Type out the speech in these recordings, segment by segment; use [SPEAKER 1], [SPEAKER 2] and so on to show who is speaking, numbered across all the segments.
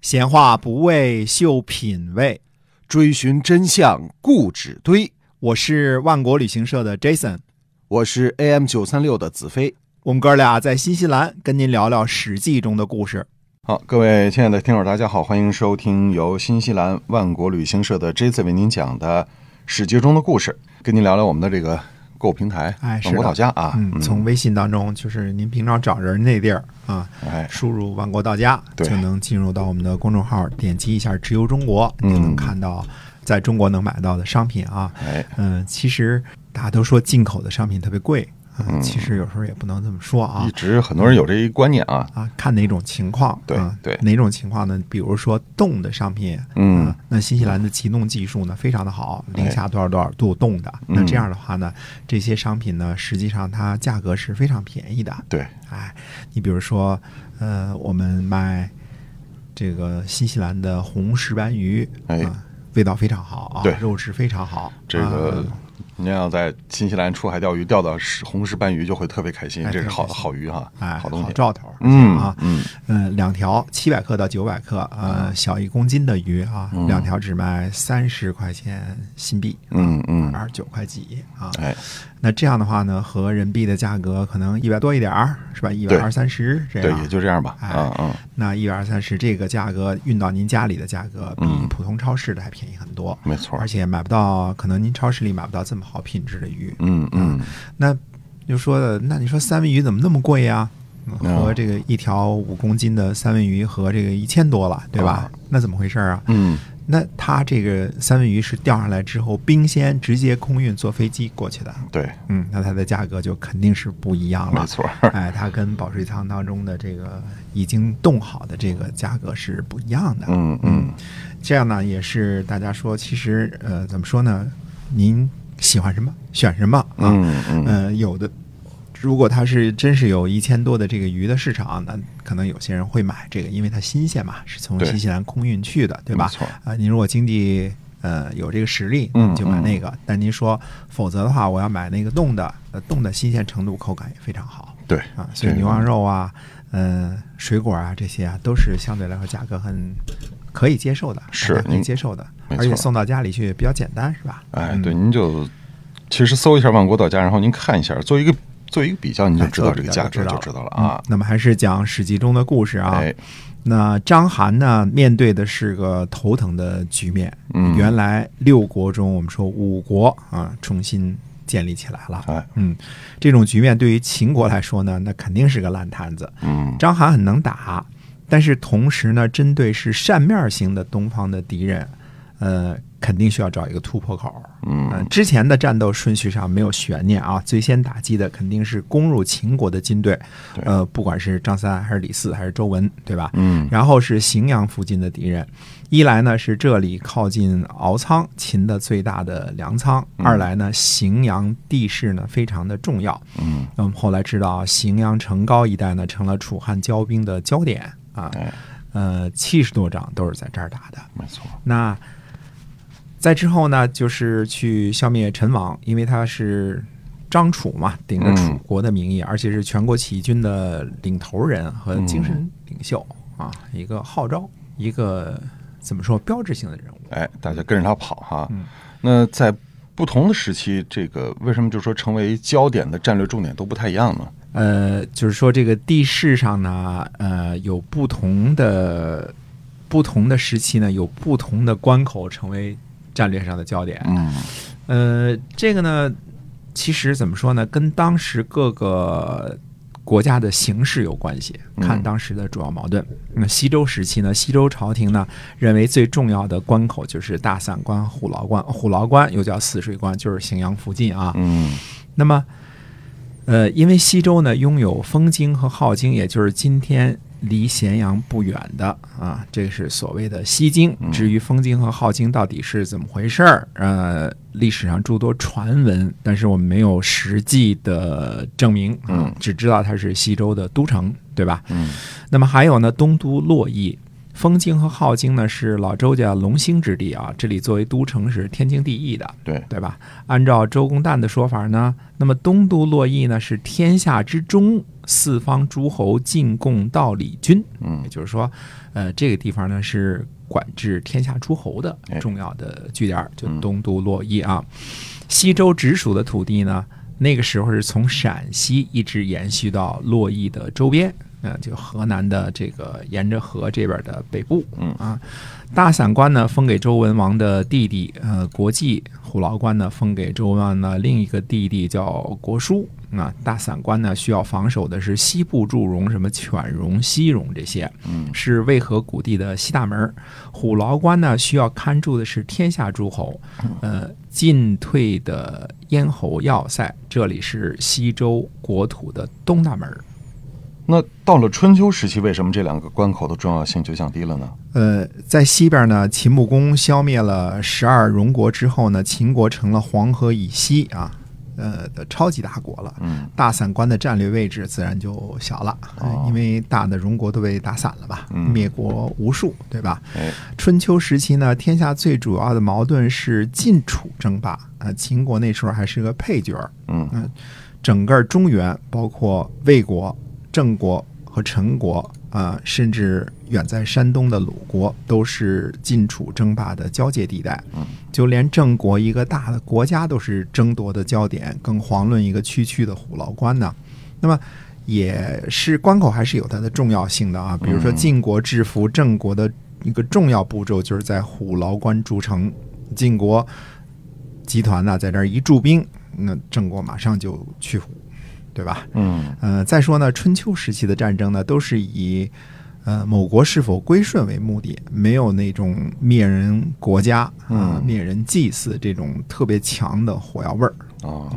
[SPEAKER 1] 闲话不为秀品味，
[SPEAKER 2] 追寻真相固执堆。
[SPEAKER 1] 我是万国旅行社的 Jason，
[SPEAKER 2] 我是 AM 九三六的子飞。
[SPEAKER 1] 我们哥俩在新西兰跟您聊聊《史记》中的故事。
[SPEAKER 2] 好，各位亲爱的听友，大家好，欢迎收听由新西兰万国旅行社的 Jason 为您讲的《史记》中的故事，跟您聊聊我们的这个购物平台“
[SPEAKER 1] 哎，
[SPEAKER 2] 万
[SPEAKER 1] 是
[SPEAKER 2] 国
[SPEAKER 1] 的
[SPEAKER 2] 到家”啊。
[SPEAKER 1] 嗯，从微信当中，就是您平常找人那地儿啊，
[SPEAKER 2] 哎，
[SPEAKER 1] 输入“万国到家”
[SPEAKER 2] 对
[SPEAKER 1] 就能进入到我们的公众号，点击一下“直邮中国”，就能
[SPEAKER 2] 嗯
[SPEAKER 1] 看到在中国能买到的商品啊。
[SPEAKER 2] 哎，
[SPEAKER 1] 嗯，其实大家都说进口的商品特别贵，嗯，
[SPEAKER 2] 嗯
[SPEAKER 1] 其实有时候也不能这么说啊
[SPEAKER 2] 一。直很多人有这一观念啊。
[SPEAKER 1] 啊，看哪种情况，
[SPEAKER 2] 对
[SPEAKER 1] 啊
[SPEAKER 2] 对
[SPEAKER 1] 哪种情况呢？比如说冻的商品，
[SPEAKER 2] 嗯
[SPEAKER 1] 啊那新西兰的极冻技术呢非常的好，
[SPEAKER 2] 哎
[SPEAKER 1] 零下多少多少度冻的，那
[SPEAKER 2] 嗯
[SPEAKER 1] 这样的话呢，这些商品呢，实际上它价格是非常便宜的，
[SPEAKER 2] 对，
[SPEAKER 1] 哎，你比如说，呃，我们卖这个新西兰的红石斑鱼，
[SPEAKER 2] 哎
[SPEAKER 1] 啊味道非常好啊，
[SPEAKER 2] 对
[SPEAKER 1] 肉质非常好，
[SPEAKER 2] 这个
[SPEAKER 1] 啊
[SPEAKER 2] 您要在新西兰出海钓鱼，钓到石红石斑鱼就会特别开心
[SPEAKER 1] 哎，
[SPEAKER 2] 这是
[SPEAKER 1] 特别
[SPEAKER 2] 好
[SPEAKER 1] 开心
[SPEAKER 2] 好鱼哈，
[SPEAKER 1] 哎，
[SPEAKER 2] 好东西。
[SPEAKER 1] 兆头，
[SPEAKER 2] 嗯
[SPEAKER 1] 啊，
[SPEAKER 2] 嗯，
[SPEAKER 1] 嗯，两条七百克到九百克，呃，小一公斤的鱼啊，两条只卖三十块钱新币，
[SPEAKER 2] 嗯嗯
[SPEAKER 1] 二十九块几啊。
[SPEAKER 2] 哎，
[SPEAKER 1] 那这样的话呢，和人民币的价格可能一百多一点儿，是吧？一百
[SPEAKER 2] 对
[SPEAKER 1] 二三十这
[SPEAKER 2] 对，
[SPEAKER 1] 样。
[SPEAKER 2] 也就这样吧。
[SPEAKER 1] 哎
[SPEAKER 2] 啊嗯，
[SPEAKER 1] 那一百二三十这个价格运到您家里的价格，比
[SPEAKER 2] 嗯
[SPEAKER 1] 普通超市的还便宜很多，
[SPEAKER 2] 没错
[SPEAKER 1] 而。且买不到，可能您超市里买不到这么好品质的鱼。
[SPEAKER 2] 嗯嗯，
[SPEAKER 1] 那就说的，那你说三文鱼怎么那么贵呀？
[SPEAKER 2] 嗯
[SPEAKER 1] 和这个一条五公斤的三文鱼和这个一千多了，对吧？那怎么回事儿啊？
[SPEAKER 2] 嗯，
[SPEAKER 1] 那它这个三文鱼是钓上来之后冰鲜，直接空运坐飞机过去的，
[SPEAKER 2] 对，
[SPEAKER 1] 嗯，那它的价格就肯定是不一样
[SPEAKER 2] 没
[SPEAKER 1] 了。
[SPEAKER 2] 错儿。
[SPEAKER 1] 哎，它跟保税仓当中的这个已经冻好的这个价格是不一样的。
[SPEAKER 2] 嗯嗯，
[SPEAKER 1] 这样呢，也是大家说，其实呃，怎么说呢？您喜欢什么，选什么啊？
[SPEAKER 2] 嗯嗯
[SPEAKER 1] 呃，有的，如果它是真是有一千多的这个鱼的市场，那可能有些人会买这个，因为它新鲜嘛，是从
[SPEAKER 2] 对
[SPEAKER 1] 新西兰空运去的，对吧？
[SPEAKER 2] 没错
[SPEAKER 1] 啊、您如果经济呃有这个实力，
[SPEAKER 2] 嗯
[SPEAKER 1] 你就买那个。但您说，否则的话，我要买那个冻的，呃，冻的新鲜程度、口感也非常好。
[SPEAKER 2] 对
[SPEAKER 1] 啊，所以
[SPEAKER 2] 这个
[SPEAKER 1] 牛羊肉啊，嗯、水果啊这些啊，都是相对来说价格很可以接受的，
[SPEAKER 2] 是
[SPEAKER 1] 大家可以
[SPEAKER 2] 您
[SPEAKER 1] 接受的，
[SPEAKER 2] 没
[SPEAKER 1] 而且
[SPEAKER 2] 错
[SPEAKER 1] 送到家里去比较简单，是吧？
[SPEAKER 2] 哎，
[SPEAKER 1] 嗯
[SPEAKER 2] 对，您就其实搜一下万国到家，然后您看一下，做一个做一个比较，您就
[SPEAKER 1] 哎
[SPEAKER 2] 知道这个价值，就知道了啊。
[SPEAKER 1] 嗯那么还是讲《史记》中的故事啊。
[SPEAKER 2] 哎，
[SPEAKER 1] 那章邯呢，面对的是个头疼的局面。
[SPEAKER 2] 嗯
[SPEAKER 1] 原来六国中，我们说五国啊，重新建立起来了。
[SPEAKER 2] 哎，
[SPEAKER 1] 嗯，这种局面对于秦国来说呢，那肯定是个烂摊子。
[SPEAKER 2] 嗯，
[SPEAKER 1] 章邯很能打，但是同时呢，针对是扇面型的东方的敌人，呃，肯定需要找一个突破口。
[SPEAKER 2] 嗯
[SPEAKER 1] 呃，之前的战斗顺序上没有悬念啊，最先打击的肯定是攻入秦国的军队，
[SPEAKER 2] 对
[SPEAKER 1] 呃，不管是张三还是李四还是周文，对吧？
[SPEAKER 2] 嗯，
[SPEAKER 1] 然后是荥阳附近的敌人，一来呢是这里靠近敖仓，秦的最大的粮仓；
[SPEAKER 2] 嗯
[SPEAKER 1] 二来呢，荥阳地势呢非常的重要。
[SPEAKER 2] 嗯，
[SPEAKER 1] 那我们后来知道啊，荥阳城高一带呢成了楚汉交兵的焦点啊，
[SPEAKER 2] 哎，
[SPEAKER 1] 呃，七十多仗都是在这儿打的。
[SPEAKER 2] 没错，
[SPEAKER 1] 那在之后呢，就是去消灭陈王，因为他是张楚嘛，顶着楚
[SPEAKER 2] 嗯
[SPEAKER 1] 国的名义，而且是全国起义军的领头人和精神领袖、啊，一个号召，一个怎么说标志性的人物。
[SPEAKER 2] 哎，大家跟着他跑哈。那在不同的时期，这个为什么就说成为焦点的战略重点都不太一样呢？
[SPEAKER 1] 呃，就是说这个地势上呢，呃，有不同的不同的时期呢，有不同的关口成为战略上的焦点。
[SPEAKER 2] 嗯
[SPEAKER 1] 呃，这个呢，其实怎么说呢，跟当时各个国家的形势有关系，
[SPEAKER 2] 嗯
[SPEAKER 1] 看当时的主要矛盾。那西周时期呢，西周朝廷呢认为最重要的关口就是大散关、虎牢关，虎牢关又叫汜水关，就是荥阳附近啊。
[SPEAKER 2] 嗯，
[SPEAKER 1] 那么，呃，因为西周呢拥有丰京和镐京，也就是今天离咸阳不远的啊，这是所谓的西京。至于丰京和镐京到底是怎么回事儿，呃，历史上诸多传闻，但是我们没有实际的证明，啊
[SPEAKER 2] 嗯
[SPEAKER 1] 只知道它是西周的都城，对吧？
[SPEAKER 2] 嗯。
[SPEAKER 1] 那么还有呢，东都洛邑。丰京和镐京呢是老周家龙兴之地啊，这里作为都城是天经地义的。
[SPEAKER 2] 对，
[SPEAKER 1] 对吧？按照周公旦的说法呢，那么东都洛邑呢是天下之中四方诸侯进贡到李军，
[SPEAKER 2] 嗯
[SPEAKER 1] 也就是说，呃，这个地方呢是管制天下诸侯的重要的据点儿，就东都洛邑啊。西周直属的土地呢，那个时候是从陕西一直延续到洛邑的周边，嗯、就河南的这个沿着河这边的北部，
[SPEAKER 2] 嗯
[SPEAKER 1] 啊。大散关呢封给周文王的弟弟，呃，国际虎牢关呢封给周文王的另一个弟弟叫国叔。那大散关呢需要防守的是西部祝融、什么犬戎、西戎这些，
[SPEAKER 2] 嗯
[SPEAKER 1] 是渭河谷地的西大门儿。虎牢关呢需要看住的是天下诸侯，呃，进退的咽喉要塞，这里是西周国土的东大门儿。
[SPEAKER 2] 那到了春秋时期，为什么这两个关口的重要性就降低了呢？
[SPEAKER 1] 呃，在西边呢，秦穆公消灭了十二戎国之后呢，秦国成了黄河以西啊，呃的超级大国了。
[SPEAKER 2] 嗯
[SPEAKER 1] 大散关的战略位置自然就小了，呃
[SPEAKER 2] 哦
[SPEAKER 1] 因为大的戎国都被打散了吧，
[SPEAKER 2] 嗯
[SPEAKER 1] 灭国无数，对吧？
[SPEAKER 2] 哎
[SPEAKER 1] 春秋时期呢，天下最主要的矛盾是晋楚争霸啊、呃秦国那时候还是个配角儿，
[SPEAKER 2] 嗯
[SPEAKER 1] 整个中原包括魏国、郑国和陈国啊、呃甚至远在山东的鲁国，都是晋楚争霸的交界地带。
[SPEAKER 2] 嗯，
[SPEAKER 1] 就连郑国一个大的国家都是争夺的焦点，更遑论一个区区的虎牢关呢。那么。也是关口还是有它的重要性的啊，比如说
[SPEAKER 2] 嗯
[SPEAKER 1] 晋国制服郑国的一个重要步骤就是在虎牢关筑城，晋国集团呢、在这儿一驻兵，那郑国马上就屈服，对吧？
[SPEAKER 2] 嗯
[SPEAKER 1] 呃，再说呢，春秋时期的战争呢，都是以呃某国是否归顺为目的，没有那种灭人国家啊、
[SPEAKER 2] 嗯
[SPEAKER 1] 灭人祭祀这种特别强的火药味儿。
[SPEAKER 2] 哦，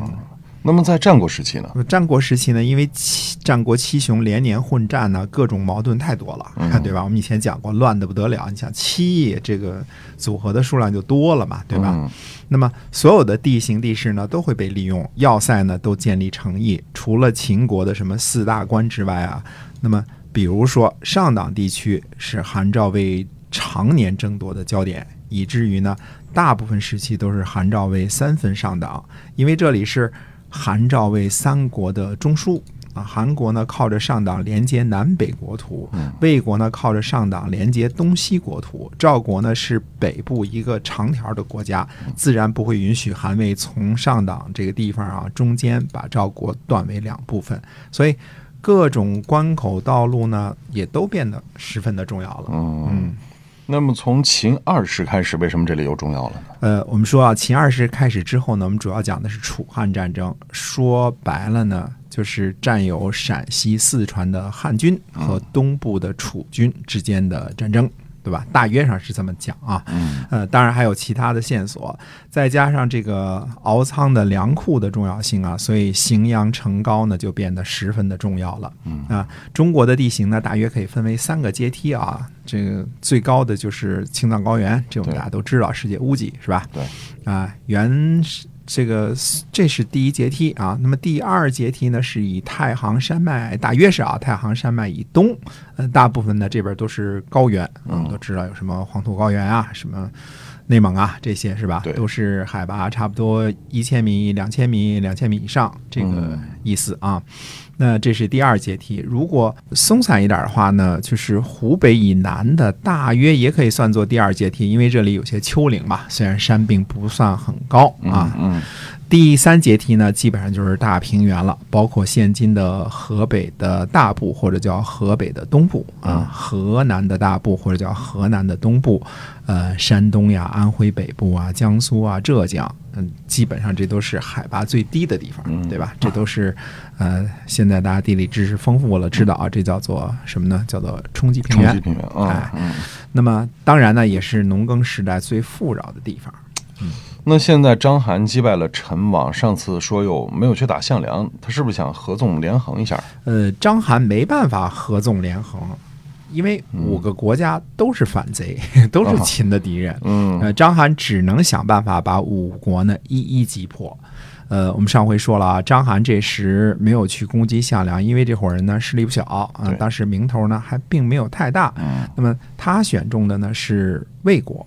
[SPEAKER 2] 那么在战国时期呢？
[SPEAKER 1] 呃战国时期呢，因为七战国七雄连年混战呢，各种矛盾太多了，
[SPEAKER 2] 嗯
[SPEAKER 1] 对吧？我们以前讲过，乱的不得了。你想七这个组合的数量就多了嘛，对吧？
[SPEAKER 2] 嗯
[SPEAKER 1] 那么所有的地形地势呢都会被利用，要塞呢都建立成邑，除了秦国的什么四大关之外啊，那么比如说上党地区是韩赵魏常年争夺的焦点，以至于呢大部分时期都是韩赵魏三分上党，因为这里是韩赵魏三国的中枢。啊，韩国呢靠着上党连接南北国土，魏国呢靠着上党连接东西国土，赵国呢是北部一个长条的国家，自然不会允许韩魏从上党这个地方啊中间把赵国断为两部分，所以各种关口道路呢也都变得十分的重要了。
[SPEAKER 2] 嗯，那么从秦二世开始，为什么这里又重要了呢？
[SPEAKER 1] 呃，我们说啊，秦二世开始之后呢，我们主要讲的是楚汉战争。说白了呢，就是占有陕西、四川的汉军和东部的楚军之间的战争，对吧？大约上是这么讲啊。
[SPEAKER 2] 嗯
[SPEAKER 1] 呃，当然还有其他的线索，再加上这个敖仓的粮库的重要性啊，所以荥阳城高呢就变得十分的重要了。
[SPEAKER 2] 嗯
[SPEAKER 1] 啊，中国的地形呢，大约可以分为三个阶梯啊。这个最高的就是青藏高原，这我们
[SPEAKER 2] 对
[SPEAKER 1] 大家都知道，世界屋脊是吧？
[SPEAKER 2] 对。
[SPEAKER 1] 啊，原始这个这是第一阶梯啊。那么第二阶梯呢，是以太行山脉，大约是啊，太行山脉以东，呃，大部分呢这边都是高原，我
[SPEAKER 2] 嗯
[SPEAKER 1] 们都知道有什么黄土高原啊，什么。内蒙啊，这些是吧
[SPEAKER 2] 对？
[SPEAKER 1] 都是海拔差不多一千米、两千米、两千米以上这个
[SPEAKER 2] 嗯
[SPEAKER 1] 意思啊。那这是第二阶梯。如果松散一点的话呢，就是湖北以南的，大约也可以算作第二阶梯，因为这里有些丘陵嘛，虽然山并不算很高啊。
[SPEAKER 2] 嗯
[SPEAKER 1] 第三阶梯呢，基本上就是大平原了，包括现今的河北的大部或者叫河北的东部
[SPEAKER 2] 嗯
[SPEAKER 1] 啊，河南的大部或者叫河南的东部，呃，山东呀、安徽北部啊、江苏啊、浙江，嗯，基本上这都是海拔最低的地方，
[SPEAKER 2] 嗯
[SPEAKER 1] 对吧？这都是，呃，现在大家地理知识丰富了，知道啊，这叫做什么呢？叫做冲积平
[SPEAKER 2] 冲
[SPEAKER 1] 原
[SPEAKER 2] 击。平原啊
[SPEAKER 1] 哎。
[SPEAKER 2] 嗯，
[SPEAKER 1] 那么，当然呢，也是农耕时代最富饶的地方。
[SPEAKER 2] 那现在章邯击败了陈王，上次说又没有去打项梁，他是不是想合纵连横一下？
[SPEAKER 1] 呃，章邯没办法合纵连横，因为
[SPEAKER 2] 嗯
[SPEAKER 1] 五个国家都是反贼， 都是秦的敌人。
[SPEAKER 2] 啊嗯
[SPEAKER 1] 呃，章邯只能想办法把五国呢一一击破。呃，我们上回说了啊，章邯这时没有去攻击项梁，因为这伙人呢势力不小啊、
[SPEAKER 2] 对
[SPEAKER 1] 当时名头呢还并没有太大。
[SPEAKER 2] 嗯
[SPEAKER 1] 那么他选中的呢是魏国，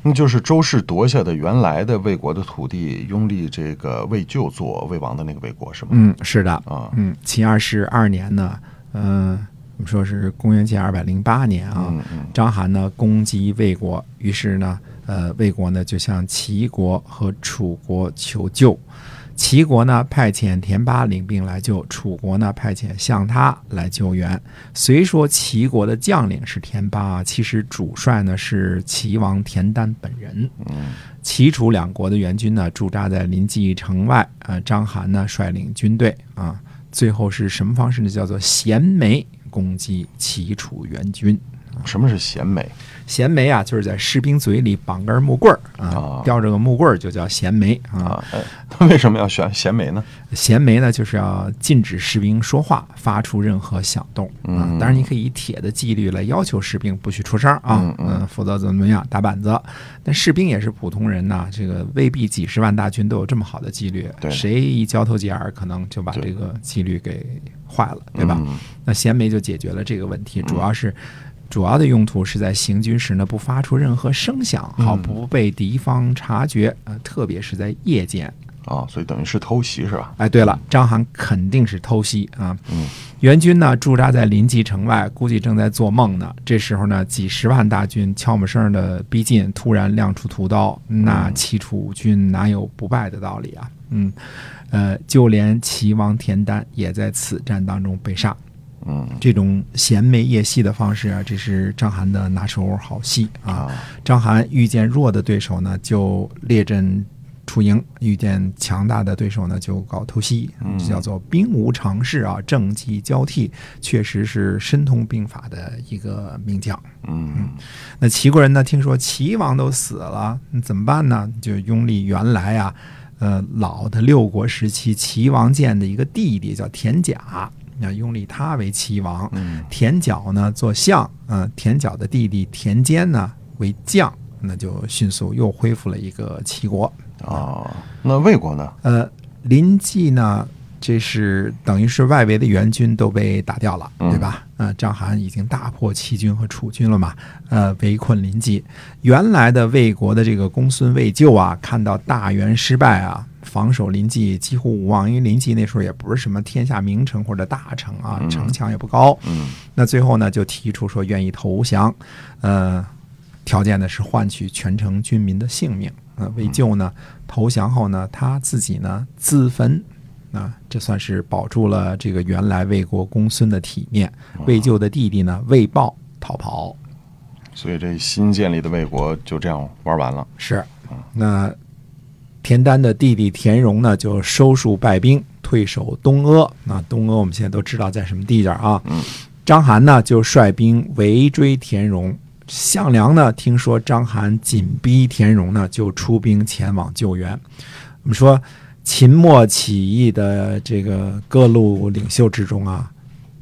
[SPEAKER 2] 那就是周氏夺下的原来的魏国的土地，拥立这个魏舅做魏王的那个魏国是吗？
[SPEAKER 1] 嗯，是的，
[SPEAKER 2] 啊，
[SPEAKER 1] 嗯，秦二十二年呢，嗯、我们说是公元前二百零八年啊，
[SPEAKER 2] 嗯嗯
[SPEAKER 1] 章邯呢攻击魏国，于是呢，呃，魏国呢就向齐国和楚国求救。齐国呢派遣田巴领兵来救，楚国呢派遣项他来救援。虽说齐国的将领是田巴，其实主帅呢是齐王田丹本人。
[SPEAKER 2] 嗯
[SPEAKER 1] 齐楚两国的援军呢驻扎在临济城外，呃，章邯呢率领军队啊，最后是什么方式呢？叫做衔枚攻击齐楚援军。
[SPEAKER 2] 什么是贤美？
[SPEAKER 1] 衔枚啊，就是在士兵嘴里绑根木棍儿
[SPEAKER 2] 啊
[SPEAKER 1] 啊，叼着个木棍儿就叫衔枚啊。
[SPEAKER 2] 啊，哎他为什么要选贤美呢？
[SPEAKER 1] 衔枚呢，就是要禁止士兵说话，发出任何响动啊。
[SPEAKER 2] 嗯
[SPEAKER 1] 当然，你可以以铁的纪律来要求士兵不许出声啊，
[SPEAKER 2] 嗯嗯
[SPEAKER 1] 否则怎么怎么样打板子。但士兵也是普通人呐、这个未必几十万大军都有这么好的纪律，
[SPEAKER 2] 对
[SPEAKER 1] 谁一交头接耳，可能就把
[SPEAKER 2] 对
[SPEAKER 1] 这个纪律给坏了，对吧？
[SPEAKER 2] 嗯
[SPEAKER 1] 那衔枚就解决了这个问题，主要是。主要的用途是在行军时呢，不发出任何声响，好
[SPEAKER 2] 嗯
[SPEAKER 1] 不被敌方察觉。呃，特别是在夜间，
[SPEAKER 2] 啊，所以等于是偷袭是吧？
[SPEAKER 1] 哎，对了，章邯肯定是偷袭啊。
[SPEAKER 2] 嗯，
[SPEAKER 1] 援军呢驻扎在临济城外，估计正在做梦呢。这时候呢，几十万大军悄没声的逼近，突然亮出屠刀，那齐楚军哪有不败的道理啊？嗯，呃，就连齐王田丹也在此战当中被杀。
[SPEAKER 2] 嗯
[SPEAKER 1] 这种衔枚夜戏的方式啊，这是章邯的拿手好戏啊。
[SPEAKER 2] 啊，
[SPEAKER 1] 章邯遇见弱的对手呢，就列阵出营；遇见强大的对手呢，就搞偷袭，这叫做兵无常势啊，政绩交替，确实是深通兵法的一个名将。
[SPEAKER 2] 嗯
[SPEAKER 1] 那齐国人呢，听说齐王都死了，那怎么办呢？就拥立原来啊，呃，老的六国时期齐王建的一个弟弟叫田甲，那拥立他为齐王。
[SPEAKER 2] 嗯
[SPEAKER 1] 田角呢做相，嗯、田角的弟弟田间呢为将，那就迅速又恢复了一个齐国。
[SPEAKER 2] 啊，那魏国呢？
[SPEAKER 1] 呃，临济呢，这是等于是外围的援军都被打掉了，
[SPEAKER 2] 嗯
[SPEAKER 1] 对吧？呃，章邯已经大破齐军和楚军了嘛，呃，围困临济。原来的魏国的这个公孙魏咎啊，看到大元失败啊。防守临济几乎无望，因为临济那时候也不是什么天下名城或者大城啊，
[SPEAKER 2] 嗯
[SPEAKER 1] 城墙也不高。
[SPEAKER 2] 嗯
[SPEAKER 1] 那最后呢，就提出说愿意投降，呃，条件呢是换取全城军民的性命。呃，魏咎呢投降后呢，他自己呢自焚，啊、这算是保住了这个原来魏国公孙的体面。魏咎的弟弟呢魏豹逃跑，
[SPEAKER 2] 所以这新建立的魏国就这样玩完了。
[SPEAKER 1] 是，那田丹的弟弟田荣呢，就收束败兵，退守东阿。那东阿我们现在都知道在什么地界儿啊？
[SPEAKER 2] 嗯
[SPEAKER 1] 章邯呢就率兵围追田荣。项梁呢，听说章邯紧逼田荣呢，就出兵前往救援。我们说，秦末起义的这个各路领袖之中啊，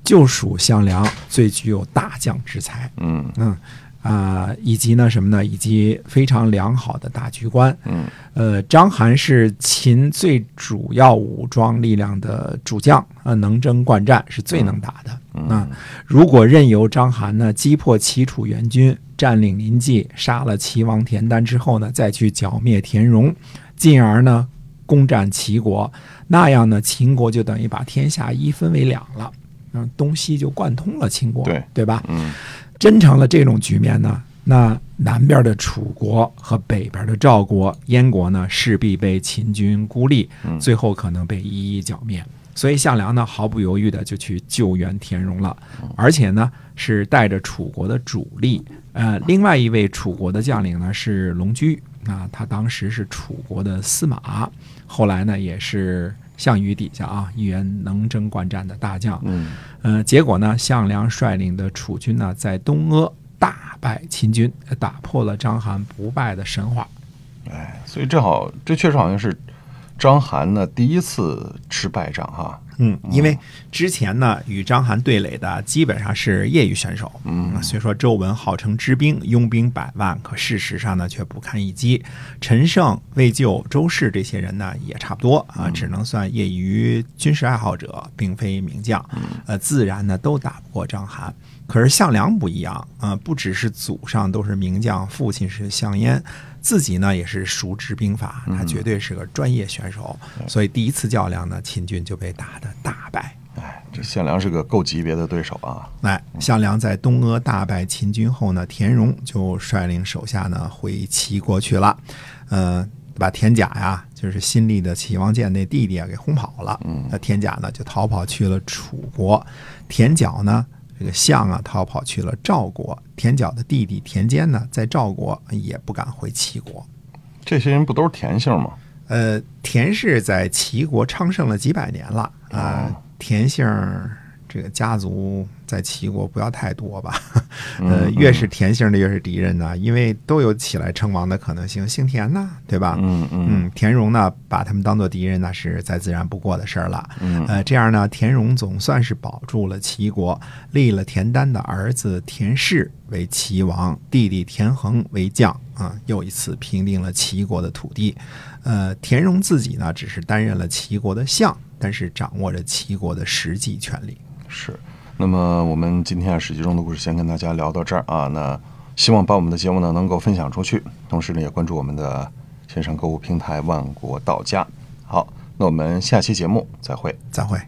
[SPEAKER 1] 就属项梁最具有大将之才。
[SPEAKER 2] 嗯
[SPEAKER 1] 嗯啊、以及呢什么呢？以及非常良好的大局观。
[SPEAKER 2] 嗯
[SPEAKER 1] 呃，章邯是秦最主要武装力量的主将，呃，能征惯战，是最能打的。
[SPEAKER 2] 嗯
[SPEAKER 1] 啊，如果任由章邯呢击破齐楚援军，占领临济，杀了齐王田丹之后呢，再去剿灭田荣，进而呢攻占齐国，那样呢秦国就等于把天下一分为两了，嗯，东西就贯通了秦国，
[SPEAKER 2] 对
[SPEAKER 1] 对吧？
[SPEAKER 2] 嗯
[SPEAKER 1] 真成了这种局面呢，那南边的楚国和北边的赵国、燕国呢，势必被秦军孤立，
[SPEAKER 2] 嗯
[SPEAKER 1] 最后可能被一一剿灭。所以项梁呢，毫不犹豫的就去救援田荣了，而且呢是带着楚国的主力。呃，另外一位楚国的将领呢是龙驹，啊，他当时是楚国的司马，后来呢也是项羽底下啊一员能征惯战的大将。
[SPEAKER 2] 嗯
[SPEAKER 1] 呃，结果呢，项梁率领的楚军呢，在东阿大败秦军，呃打破了章邯不败的神话。
[SPEAKER 2] 哎，所以正好这确实好像是章邯呢第一次吃败仗哈，
[SPEAKER 1] 嗯，因为之前呢与章邯对垒的基本上是业余选手，嗯，虽说周文号称知兵，拥兵百万，可事实上呢却不堪一击。陈胜、魏咎、周氏这些人呢也差不多啊，只能算业余军事爱好者，并非名将，呃，自然呢都打不过章邯。可是项梁不一样啊、呃不只是祖上都是名将，父亲是项燕，自己呢也是熟知兵法，他绝对是个专业选手。所以第一次较量呢，秦军就被打得大败。
[SPEAKER 2] 哎，这项梁是个够级别的对手啊。
[SPEAKER 1] 哎，项梁在东阿大败秦军后呢，田荣就率领手下呢回齐国去了，呃，把田甲呀，就是新立的齐王建那弟弟啊，给轰跑了。那田甲呢就逃跑去了楚国，田角呢。这个项啊，逃跑去了赵国。田角的弟弟田间呢，在赵国也不敢回齐国。
[SPEAKER 2] 这些人不都是田姓吗？
[SPEAKER 1] 呃，田氏在齐国昌盛了几百年了啊、田姓儿这个家族在齐国不要太多吧？呃，越是田姓的越是敌人呢，因为都有起来称王的可能性。姓田呐，对吧？
[SPEAKER 2] 嗯嗯
[SPEAKER 1] 嗯，田荣呢，把他们当做敌人，那是再自然不过的事儿了。呃，这样呢，田荣总算是保住了齐国，立了田丹的儿子田氏为齐王，弟弟田横为将啊、又一次平定了齐国的土地。呃，田荣自己呢，只是担任了齐国的相，但是掌握着齐国的实际权力。
[SPEAKER 2] 是。那么我们今天啊，史记中的故事先跟大家聊到这儿啊。那希望把我们的节目呢能够分享出去，同时呢也关注我们的线上购物平台万国到家。好，那我们下期节目再会。
[SPEAKER 1] 再会。